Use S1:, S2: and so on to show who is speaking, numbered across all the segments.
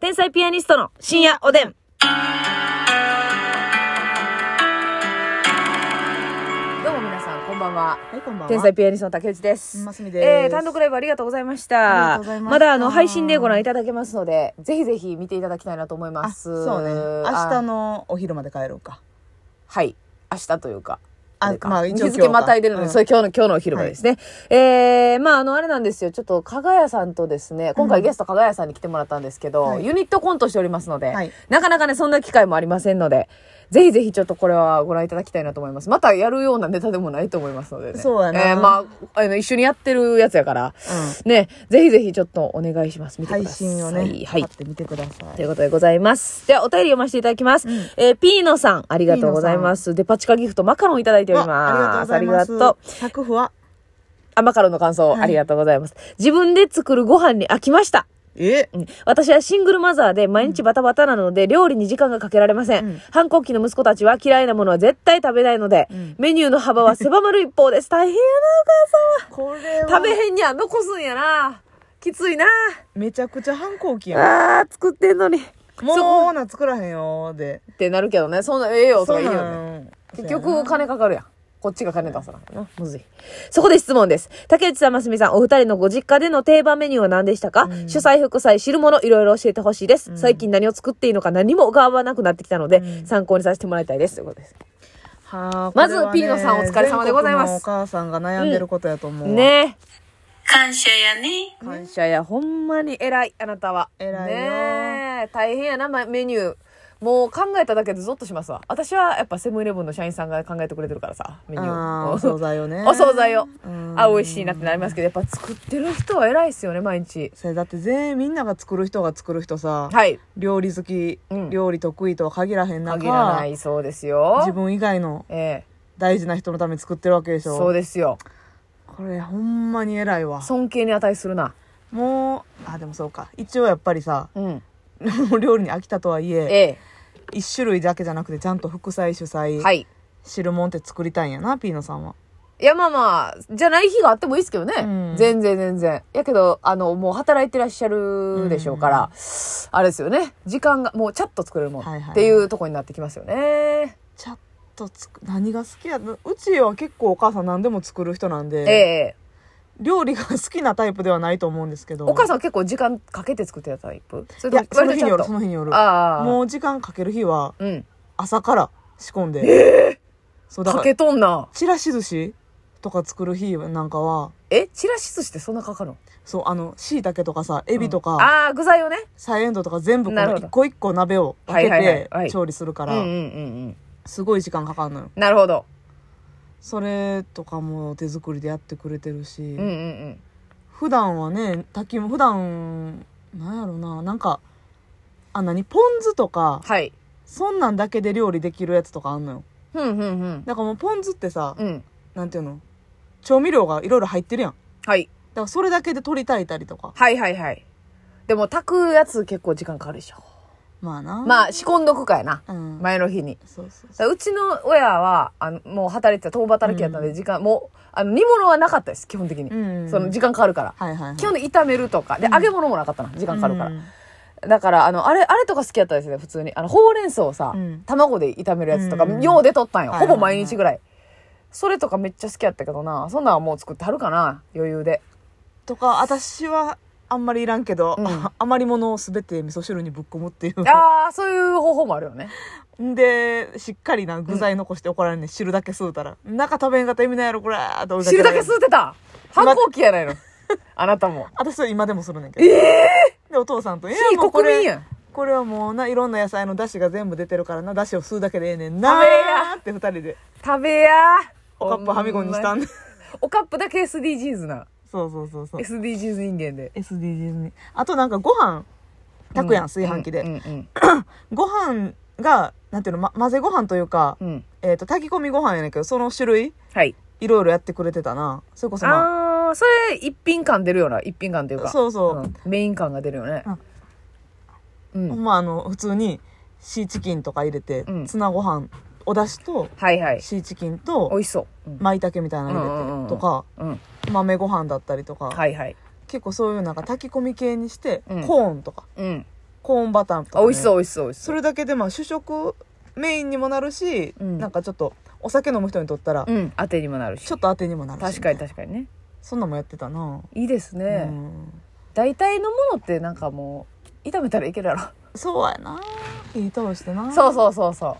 S1: 天才ピアニストの深夜おでん。どうも皆さん、こんばんは。
S2: はい、こんばんは。
S1: 天才ピアニストの竹内です。
S2: ますみです
S1: えー、単独ライブありがとうございました。
S2: ありがとうございました
S1: だあの、配信でご覧いただけますので、ぜひぜひ見ていただきたいなと思いま
S2: あ、
S1: す。
S2: そうね。明日
S1: の。
S2: のお昼まで帰ろうか。
S1: はい。明日というか。
S2: あ
S1: あれか
S2: まあ一応
S1: 日
S2: 今
S1: 付
S2: 日か
S1: またいでるので、
S2: うん
S1: それ今日の、今日のお昼までですね。えー、まああの、あれなんですよ。ちょっと、加賀谷さんとですね、今回ゲスト加賀谷さんに来てもらったんですけど、
S2: はい
S1: ユニットコントしておりますので、
S2: はい
S1: なかなかね、そんな機会もありませんので、ぜひぜひちょっとこれはご覧いただきたいなと思います。またやるようなネタでもないと思いますのでね。
S2: そうやな
S1: えー、まあ、あの、一緒にやってるやつやから、ね、ぜひぜひちょっとお願いします。見てく
S2: 配
S1: ださい。
S2: 信をね、
S1: はい
S2: 買っ。てみてくださ
S1: と
S2: い。
S1: いうことでございます。では、お便り読ませていただきます。えー、ピーノさん、ありがとうございます。デパ地下ギフト、マカロンいただいております。
S2: ありがとうございます。
S1: ありがとう。
S2: 作譜は
S1: あ、マカロンの感想、
S2: はい
S1: ありがとうございます。自分で作るご飯に飽きました。
S2: え
S1: うん私はシングルマザーで毎日バタバタなので料理に時間がかけられません、
S2: うん
S1: 反抗期の息子たちは嫌いなものは絶対食べないので、
S2: うん
S1: メニューの幅は狭まる一方 です大変や
S2: これ
S1: な食
S2: は
S1: べへんには残すんやなきついな
S2: めちゃくちゃ反抗期や
S1: あー作ってんのにっ
S2: ん。もうな作らへんよーで。
S1: てなるけどねそんなええよとかいいよね
S2: ね。
S1: 結局金かかるやん。こっちが金出さなきゃな。むずい。そこで質問です。竹内さん、ますみさん、お二人のご実家での定番メニューは何でしたか、主菜、副菜、汁物、いろいろ教えてほしいです。最近何を作っていいのか何も浮かばなくなってきたので、参考にさせてもらいたいです。ということです。
S2: はあ
S1: まず
S2: これは
S1: ピーノさんお疲れ様でございます
S2: 全国のお母さんが悩んでることやと思うわ。
S1: ね
S3: 感謝やね。
S1: え。感謝や、ほんまに偉い、あなたは。
S2: 偉いよ
S1: ねえ。大変やな、まメニュー。もう考えただけでゾッとしますわ。私はやっぱセブンイレブンの社員さんが考えてくれてるからさ、メニュ
S2: あ
S1: ー
S2: ー
S1: を。
S2: お惣菜をね。
S1: お惣菜を
S2: うん。
S1: あ、美味しいなってなりますけど、やっぱ作ってる人は偉いですよね、毎日。
S2: それだって全員みんなが作る人が作る人さ、
S1: はい。
S2: 料理好き、
S1: うん
S2: 料理得意とは限らへん中
S1: 限らないそうですよ。
S2: 自分以外の
S1: ええ
S2: 大事な人のために作ってるわけでしょ
S1: そうですよ。
S2: これほんまに偉いわ
S1: 尊敬に値するな。
S2: もうあでもそうか一応やっぱりさ
S1: うん。
S2: 料理に飽きたとはい
S1: え
S2: え一種類だけじゃなくてちゃんと副菜主菜、
S1: えはい。
S2: 汁物って作りたいんやなピーノさんはい
S1: や、まあまあ、じゃない日があってもいいですけどね。
S2: うん
S1: 全然全然。やけど、あの、もう働いてらっしゃるでしょうから、あれですよね。時間が、もうチャッと作れるもん、
S2: はいはいはい
S1: っていうとこになってきますよね。
S2: ちょっとつく何が好きやうちは結構お母さん何でも作る人なん
S1: え
S2: で、
S1: え
S2: 料理が好きなタイプではないと思うんですけど
S1: お母
S2: ん
S1: さんは結構時間かけて作ってたタイプそれ
S2: い
S1: とも
S2: や
S1: 割
S2: その
S1: とち
S2: 日に
S1: ゃ
S2: よ
S1: ん
S2: る
S1: と
S2: その日による
S1: ああ。
S2: もう時間かける日は
S1: うん。
S2: 朝から仕込んで、そうだか
S1: からけとんな。
S2: ちらし寿司とか作る日なんかは
S1: え、チラシ寿司ってそんなかかるの
S2: そうあのしいたけとかさエビとか、
S1: ああ、具材をね。
S2: サイエンドウとか全部こ
S1: なる
S2: の
S1: ほど
S2: 一個一個鍋を分け
S1: はいはいはい
S2: て
S1: はい
S2: 調理するか
S1: うんうんうん
S2: ら
S1: うん。
S2: すごい時間かかるのよ
S1: なるほど。
S2: それとかも手作りでやってくれてるし、
S1: うんうんうん。
S2: 普段はね炊きも普段なんやろななんかあ何ポン酢とか
S1: はい。
S2: そんなんだけで料理できるやつとかあんのよ
S1: ふんふんふん。
S2: だからもうポン酢ってさ、
S1: うん。
S2: なんていうの調味料がいろいろ入ってるやんだ
S1: はい。
S2: からそれだけで取り炊いたりとか
S1: はいはいはい。でも炊くやつ結構時間かかるでしょ。
S2: まあな
S1: まあ仕込んどくかやな。
S2: うん
S1: 前の日に。
S2: そうそう
S1: だからうちの親は、あの、もう働いてた、共働きやったんで、時間、もう、あの、煮物はなかったです、基本的に。
S2: うん
S1: その、時間かかるから。
S2: はいはい、はい、
S1: 基本的に炒めるとか。で、揚げ物もなかったな、時間かかるから。
S2: うん
S1: だから、あの、あれ、あれとか好きやったですね、普通に。あの、ほうれん草をさ、
S2: うん
S1: 卵で炒めるやつとか、
S2: うん
S1: よう出とったんよ。
S2: はいは
S1: ほ
S2: いはい
S1: ぼ毎日ぐらい。それとかめっちゃ好きやったけどな、そんなんはもう作ってはるかな、余裕で。
S2: とか私はあんまりいらんけど、
S1: うん
S2: 余り物を全て味噌汁にぶっ込むっていう
S1: ああ、そういう方法もあるよね。
S2: ん でしっかりな具材残して怒られんね、汁だけ吸うたら中食べんかったら意味ないやろこれーって追いかけ
S1: 汁
S2: ら
S1: だ
S2: れ
S1: け
S2: る
S1: 吸ってた反抗期やないの。あなたも。
S2: 私は今でもするねんけどええでお父さんと「いや
S1: 非
S2: もうこ
S1: 国民
S2: れ
S1: やん。
S2: これはもうないろんな野菜の出汁が全部出てるからな出汁を吸うだけでええねん
S1: 食
S2: な
S1: べや
S2: ーって二人で
S1: 食べや
S2: おかっぱはみごにしたんで
S1: おかっぱだけ SDGs な。
S2: そうそうそうそう
S1: SDGs 人間で。
S2: SDGs にあとなんかご飯炊くやん、
S1: う
S2: 炊飯器で、
S1: うんうん
S2: ご飯がなんていうの、ま、混ぜご飯というか、
S1: うん。うん
S2: えー、と炊き込みご飯やねんけどその種類
S1: はい。
S2: いろいろやってくれてたなそれこそまあ
S1: ああー、それ一品感出るような、一品感というか。
S2: そうそう
S1: うんメイン感が出るよね。うん。
S2: ほんまああの普通にシーチキンとか入れて、
S1: うん
S2: ツナご飯お出汁と
S1: はいはい。
S2: シーチキン
S1: 美
S2: と
S1: 味しそう。うん。
S2: 舞茸みたいなの
S1: うんうんうんうん
S2: 入れてとか
S1: うん
S2: 豆ご飯だったりとか、
S1: はいはい。
S2: 結構そういうなんか炊き込み系にして、
S1: うん
S2: コーンとか
S1: うん。
S2: コーンバターとか、
S1: あ、
S2: ね、
S1: 美味しそうう美味しそう美味し
S2: そ
S1: そう。
S2: れだけでまあ主食メインにもなるし、
S1: うん
S2: なんかちょっとお酒飲む人にとったら、
S1: うん、当てにもなるし。
S2: ちょっと当てにもなる
S1: 確
S2: し
S1: かに確かにね。
S2: そんなんもやってたな、
S1: いいですね。
S2: うん
S1: 大体のものってなんかもう、炒めたらいけるやろ。
S2: そうやないい顔してな
S1: そうそうそうそ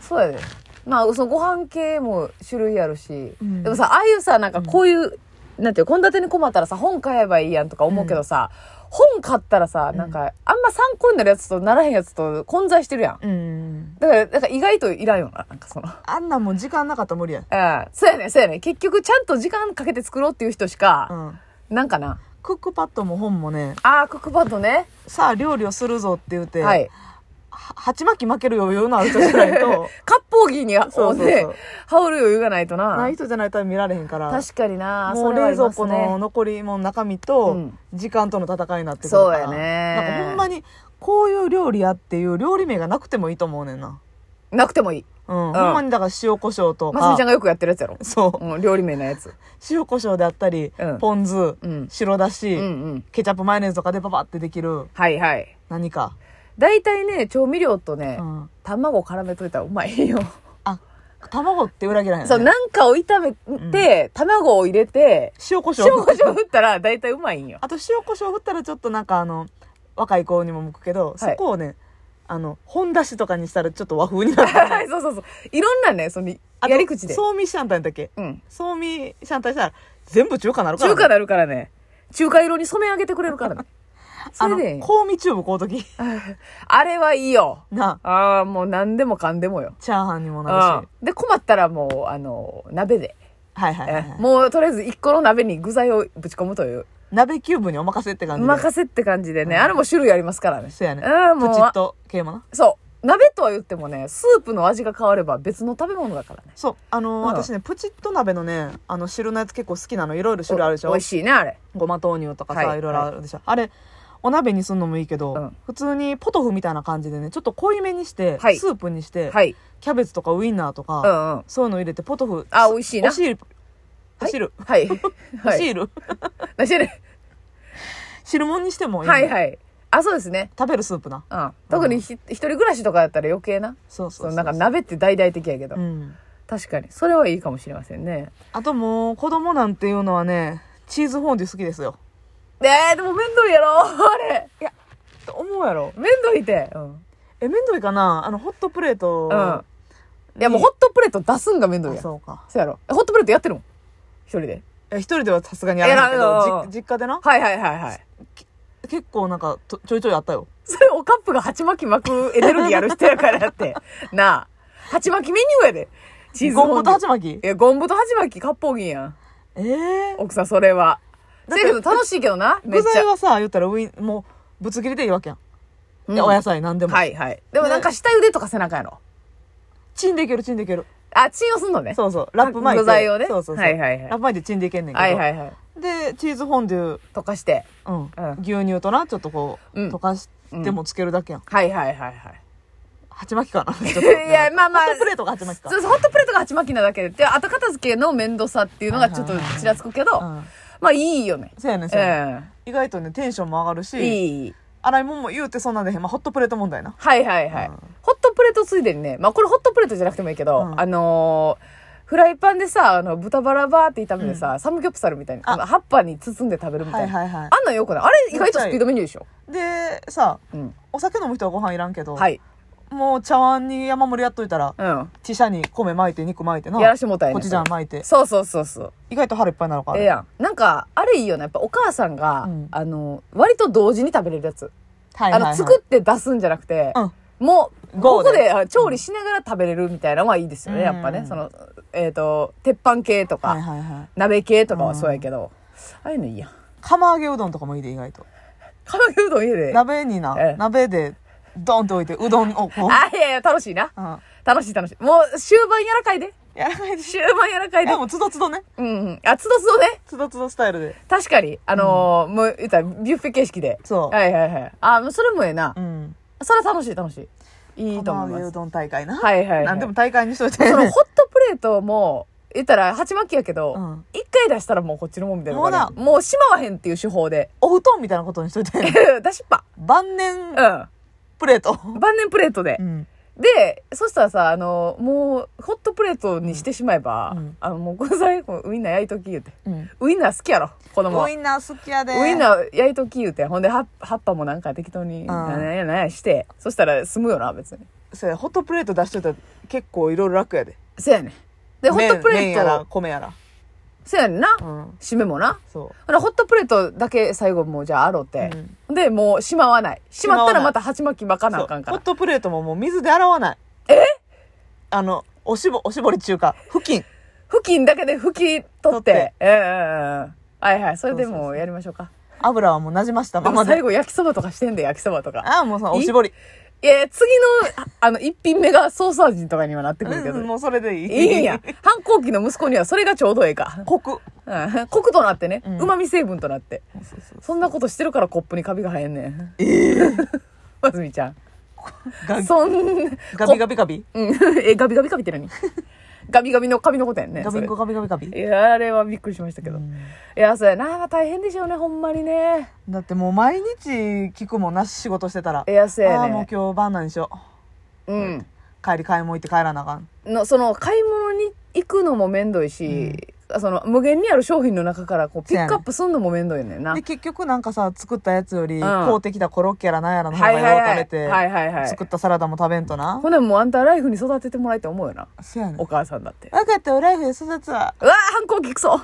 S1: う。そうやで。まあ、そのご飯系も種類あるし、
S2: うん
S1: でもさ、ああいうさ、なんかこういう、なんていうの、献立に困ったらさ、本買えばいいやんとか思うけどさ、本買ったらさ、なんか、あんま参考になるやつとならへんやつと混在してるやん。
S2: うん
S1: だから、なんか意外といらんよな、なんかその。
S2: あんなんもう時間なかったら無理や
S1: うん、そうやねんそうやねん結局ちゃんと時間かけて作ろうっていう人し
S2: う
S1: か、
S2: ん
S1: なんかな。
S2: クックパッドも本もね
S1: あー、クックパッドね。
S2: さあ料理をするぞって言うて、
S1: はい。
S2: は鉢巻き負ける余裕のある人じゃな いと
S1: 割烹着に、
S2: そうそうそう
S1: ね羽織る余裕がないとな。
S2: ない人じゃないと見られへんから
S1: 確かにな
S2: もう冷蔵庫の
S1: の
S2: 残りもの中身
S1: う
S2: と
S1: ん
S2: 時間との戦いになってくるから
S1: そうやね
S2: なんかほんまにこういう料理やっていう料理名がなくてもいいと思うねんな
S1: なくてもいい
S2: うん、ほんまにだから塩コショウとか、
S1: ますみちゃんがよくやってるやつやろ、
S2: そう
S1: うん、料理名のやつ
S2: 塩コショウであったり、
S1: うん
S2: ポン酢、
S1: うん
S2: 白だし、
S1: うんうん
S2: ケチャップマヨネーズとかでパパってできる
S1: はいはい
S2: 何か、
S1: 大体ね調味料とね、
S2: うん、
S1: 卵絡めといたらうまいよ、
S2: あ卵って裏切らへん、ね、
S1: そうなんかを炒めて、卵を入れて
S2: 塩コショ
S1: 塩
S2: ウ
S1: コショウ振ったら大体うまいんよ
S2: あと塩コショウ振ったらちょっとなんかあの若い子にも向くけど、そこをねあの本出しとかにしたらちょっと和風になる
S1: はいそうそうそういろんなねその
S2: あと
S1: やり口で
S2: そうみシャンタンだっけ
S1: うん
S2: そうみシャンタンしたら全部中華なるから、
S1: 中華なるからね中華色に染め上げてくれるからねそ
S2: あ
S1: れ
S2: の
S1: でええんよ
S2: 香味チューブ買うとき
S1: あれはいいよ
S2: な
S1: ああもう何でもかんでもよ
S2: チャーハンにもなるし
S1: うんで困ったらもうあの鍋で
S2: はいはいはい、
S1: えもうとりあえず一個の鍋に具材をぶち込むという
S2: 鍋キューブにお任せって感じで
S1: 任せって感じでね、あれも種類ありますからね
S2: せやね
S1: うんもう
S2: プチッと系もな
S1: そう鍋とは言ってもねスープの味が変われば別の食べ物だからね
S2: そうあ
S1: うん
S2: のー私ねプチッと鍋のねあの汁のやつ結構好きなのいろいろ種類あるでしょ
S1: お美味しいねあれ
S2: ごま豆乳とかさ、
S1: はい
S2: い、ろいろあるでしょ、あれお鍋にすんのもいいけど、
S1: うん
S2: 普通にポトフみたいな感じでねちょっと濃いめにして、
S1: はい
S2: スープにして、
S1: はい
S2: キャベツとかウインナーとか、
S1: うんうん
S2: そういうの入れてポトフ
S1: あ美味しいな
S2: お汁お汁、
S1: はい
S2: お
S1: はい
S2: 汁
S1: 何してる
S2: 汁物にしてもいい、
S1: はいはいあそうですね
S2: 食べるスープな
S1: うん特にひ一人暮らしとかやったら余計な
S2: そうそ
S1: そう
S2: そ
S1: の
S2: う
S1: なんか鍋って大々的やけど、
S2: うん、
S1: 確かにそれはいいかもしれませんね
S2: あともう子供なんていうのはねチーズフォンデュ好きですよ
S1: えー、でも面倒いやろ あれ
S2: と思うやろ
S1: 面倒いてうん
S2: え面倒いかなあのホットプレー
S1: う
S2: ト、
S1: ん。いやもうホットプレート出すんが面倒
S2: あ
S1: やん。そ
S2: そうか
S1: うやろ。えホットプレートやってるもん。一人で。
S2: え一人ではさすがにやらないけ
S1: やらんよ
S2: どじ実家でな
S1: はいはいはいはい。
S2: 結構なんかとちょいちょいあったよ
S1: それおカップが鉢巻き巻くエネルギーある人やからやって。なあ。鉢巻きメニューやで。チーズ
S2: ゴンボとハチ
S1: 巻
S2: マキ
S1: き。いや、ゴンボと鉢巻き、割烹着やん。
S2: ええ
S1: 奥さん、それは。せ
S2: って
S1: やけど楽しいけどな。め
S2: 具
S1: っち
S2: 材
S1: ゃ。
S2: はさ言ったらウィンもうぶつ切りでいいわけやん、
S1: う
S2: で
S1: ん
S2: お野菜なんでも、
S1: はいはい。でもなんか下腕とか背中やろ。
S2: チンでいけるチンでいける
S1: あ、チンをすんのね。
S2: そうそうラップ巻いて
S1: 具材をね
S2: そうそうそう、
S1: はいはいはい
S2: ラップ巻いてチンでいけんねんけど、
S1: はいはいはい。
S2: でチーズフォンデュ、
S1: とかして。
S2: うん
S1: うん
S2: 牛乳となちょっとこう、
S1: うん
S2: 溶かしてもつけるだけやん
S1: はいはいはいはい。
S2: 鉢巻き かなちょっと、
S1: いや、まあまあ。
S2: ホットプレートが鉢巻きか
S1: そうそうホットプレートが鉢巻きなだけでで後片付けの面倒さっていうのがちょっとちらつくけど、
S2: うん
S1: まあいいよね
S2: そうやねんそうやねん、
S1: え
S2: 意外とねテンションも上がるし
S1: えいい
S2: 洗い物も言うてそんなんでへん、まあ、ホットプレート問題な
S1: はいはいはい、
S2: うん
S1: ホットプレートついでにねまあこれホットプレートじゃなくてもいいけど、
S2: うん
S1: あのーフライパンでさあの豚バラバーって炒めてさ、サムギョプサルみたいな
S2: あ
S1: あの葉っぱに包んで食べるみたいな、
S2: はいはいはい
S1: あんなんよくないあれ意外とスピードメニューでしょ、
S2: でさ
S1: うん、
S2: お酒飲む人はご飯いらんけど、
S1: はい、
S2: もう茶碗に山盛りやっといたら、
S1: うん、
S2: ちしゃに米巻いて肉巻いてな
S1: やらしてもうたんやね
S2: コチュジャン巻いて
S1: そうそうそうそう
S2: 意外と腹いっぱいになのかあ
S1: ええ
S2: れ
S1: やんなんかあれいいよねやっぱお母さんが、
S2: うん
S1: あの割と同時に食べれるやつ
S2: はい
S1: あ
S2: はいはい
S1: の、作って出すんじゃなくて、
S2: うん
S1: もう、こ
S2: ゴ
S1: こ
S2: ーで
S1: であ調理しながら食べれるみたいなのはいいですよね、
S2: うん
S1: やっぱね。その、えっ、と、鉄板系とか、
S2: はいはいはい
S1: 鍋系とかはそうやけど、ああいうのいいやん。
S2: 釜揚げうどんとかもいいで意外と
S1: 釜揚げうどん家で。
S2: 鍋にな、
S1: ええ
S2: 鍋でドンと置いてうどんをこう
S1: あ、いやいや、楽しいな。
S2: うん
S1: 楽しい楽しい。もう、終盤柔らかいで。
S2: やらないでし
S1: 終盤柔らかい
S2: ょ
S1: で。
S2: で
S1: うん
S2: もつどつどね
S1: うん。あ、つどつどね。
S2: つどつどスタイルで
S1: 確かに。あのーもう、言ったら、ビュッフェ形式で。
S2: そう
S1: はいはいはい。あ、もうそれもええな
S2: う。ん
S1: それは楽しい楽しい。いいと
S2: 釜
S1: 思
S2: 揚
S1: い
S2: げ
S1: ま
S2: う
S1: す。
S2: どん大会な
S1: はいはいはい
S2: なんでも大会にしといて
S1: その、ホットプレートも、言ったら、鉢巻きやけど、
S2: うん
S1: 一回出したらもうこっちのもんみたいなのがね。
S2: も
S1: もうしまわへんっていう手法で。
S2: お布団みたいなことにしといて
S1: 出しっぱ。
S2: 晩年
S1: う
S2: プレート、
S1: ん。晩年プレートで
S2: う。ん、
S1: で、そしたらさ、あの、もう、ホットプレートにしてしまえば、
S2: うん
S1: あの、もうこの際、こうウインナー焼いとき言うて。
S2: うん、
S1: ウインナー好きやろ、子供は。
S2: ウインナー好きやで
S1: ウインナー焼いとき言うて。ほんで、葉葉っぱもなんか適当に、なんやなんやして。そしたら済むよな、別に。
S2: そうやホットプレート出しといたら結構いろいろ楽やで
S1: せやねん。で、ホットプ
S2: 麺
S1: レ
S2: やら
S1: ート、
S2: 米やら
S1: せやねんな。
S2: うん
S1: 締めもな。
S2: そ
S1: ほらホットプレートだけ最後もうじゃああろうて、でもうしまわないしまったらまた鉢巻き巻か
S2: う
S1: な
S2: そ
S1: あ
S2: う
S1: かんか
S2: ホッ
S1: ら
S2: トプレートももう水で洗わないえあのおしぼおしぼり中華布巾
S1: 布巾だけで拭き取
S2: 取
S1: っ
S2: ってて
S1: ええええええはいはいそれでもうやりましょうか
S2: 油はもうなじましたま
S1: でも
S2: ま
S1: 最
S2: で
S1: 後焼きそばとかしてんで焼きそばとか
S2: ああもうそのおしぼり
S1: いや次のああの一品目がソーサージとかにはなってくるけど、
S2: うんもうそれでいい
S1: いいんや反抗期の息子にはそれがちょうどええか
S2: コク
S1: うんコクとなってね
S2: うん
S1: うま、み成分となってそんなことしてるからコップにカビが生えんねんええ まずみちゃん
S2: ガ
S1: そんな
S2: ガビガビガビ
S1: うん。 え、ガビガビカビって何ガビガビのカビのことやんね。
S2: ガビンコガビガビガビ
S1: それいや、あれはびっくりしましたけど。いや、そうやな。大変でしょうね、ほんまにね。
S2: だってもう毎日聞くもんな仕事してたら
S1: いや、そう
S2: あ
S1: や
S2: あもう
S1: ね。
S2: 今日晩何しよ
S1: うん。
S2: う帰り買い物行って帰らなあかん
S1: の、その、買い物に行くのもめんどいし、その、無限にある商品の中から、こう、
S2: そう
S1: ピ
S2: や
S1: ッ
S2: ね
S1: クアップすんのもめんどいねんな。は
S2: で
S1: い
S2: 結局なんかさ作ったやつより
S1: ん
S2: 買うてきたコロッケやらなんやらの方
S1: は
S2: が
S1: い
S2: よう
S1: は
S2: 食べ
S1: い。
S2: て
S1: はいはいはい
S2: 作。ったサラダも食べんとな
S1: ほなもうあんたライフに育ててもらいたい思うよな。
S2: そうやねん
S1: お母さんだって。
S2: 分かったよライフで育つわ
S1: うわー反抗期くそ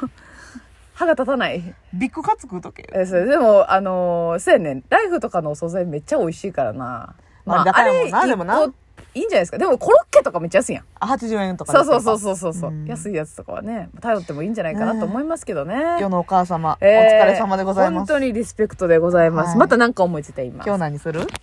S1: 歯が立たない。
S2: ビッグカツ食うとけ
S1: えそれでもあのー、そうやねんライフとかのお惣菜めっちゃ美味しいからな
S2: まあ高いもんな
S1: あれ
S2: でもな
S1: 一個いいんじゃないですかでもコロッケとかめっちゃ安いやん
S2: あ80円とか
S1: そうそう
S2: そ
S1: そううそうそうそう、
S2: うん
S1: 安いやつとかはね頼ってもいいんじゃないかなと思いますけどね
S2: 世のお母様、
S1: えー
S2: お疲れ様でございま
S1: 本
S2: す
S1: 当にリスペクトでございます、
S2: はい
S1: また何か思いついた今
S2: 今日何する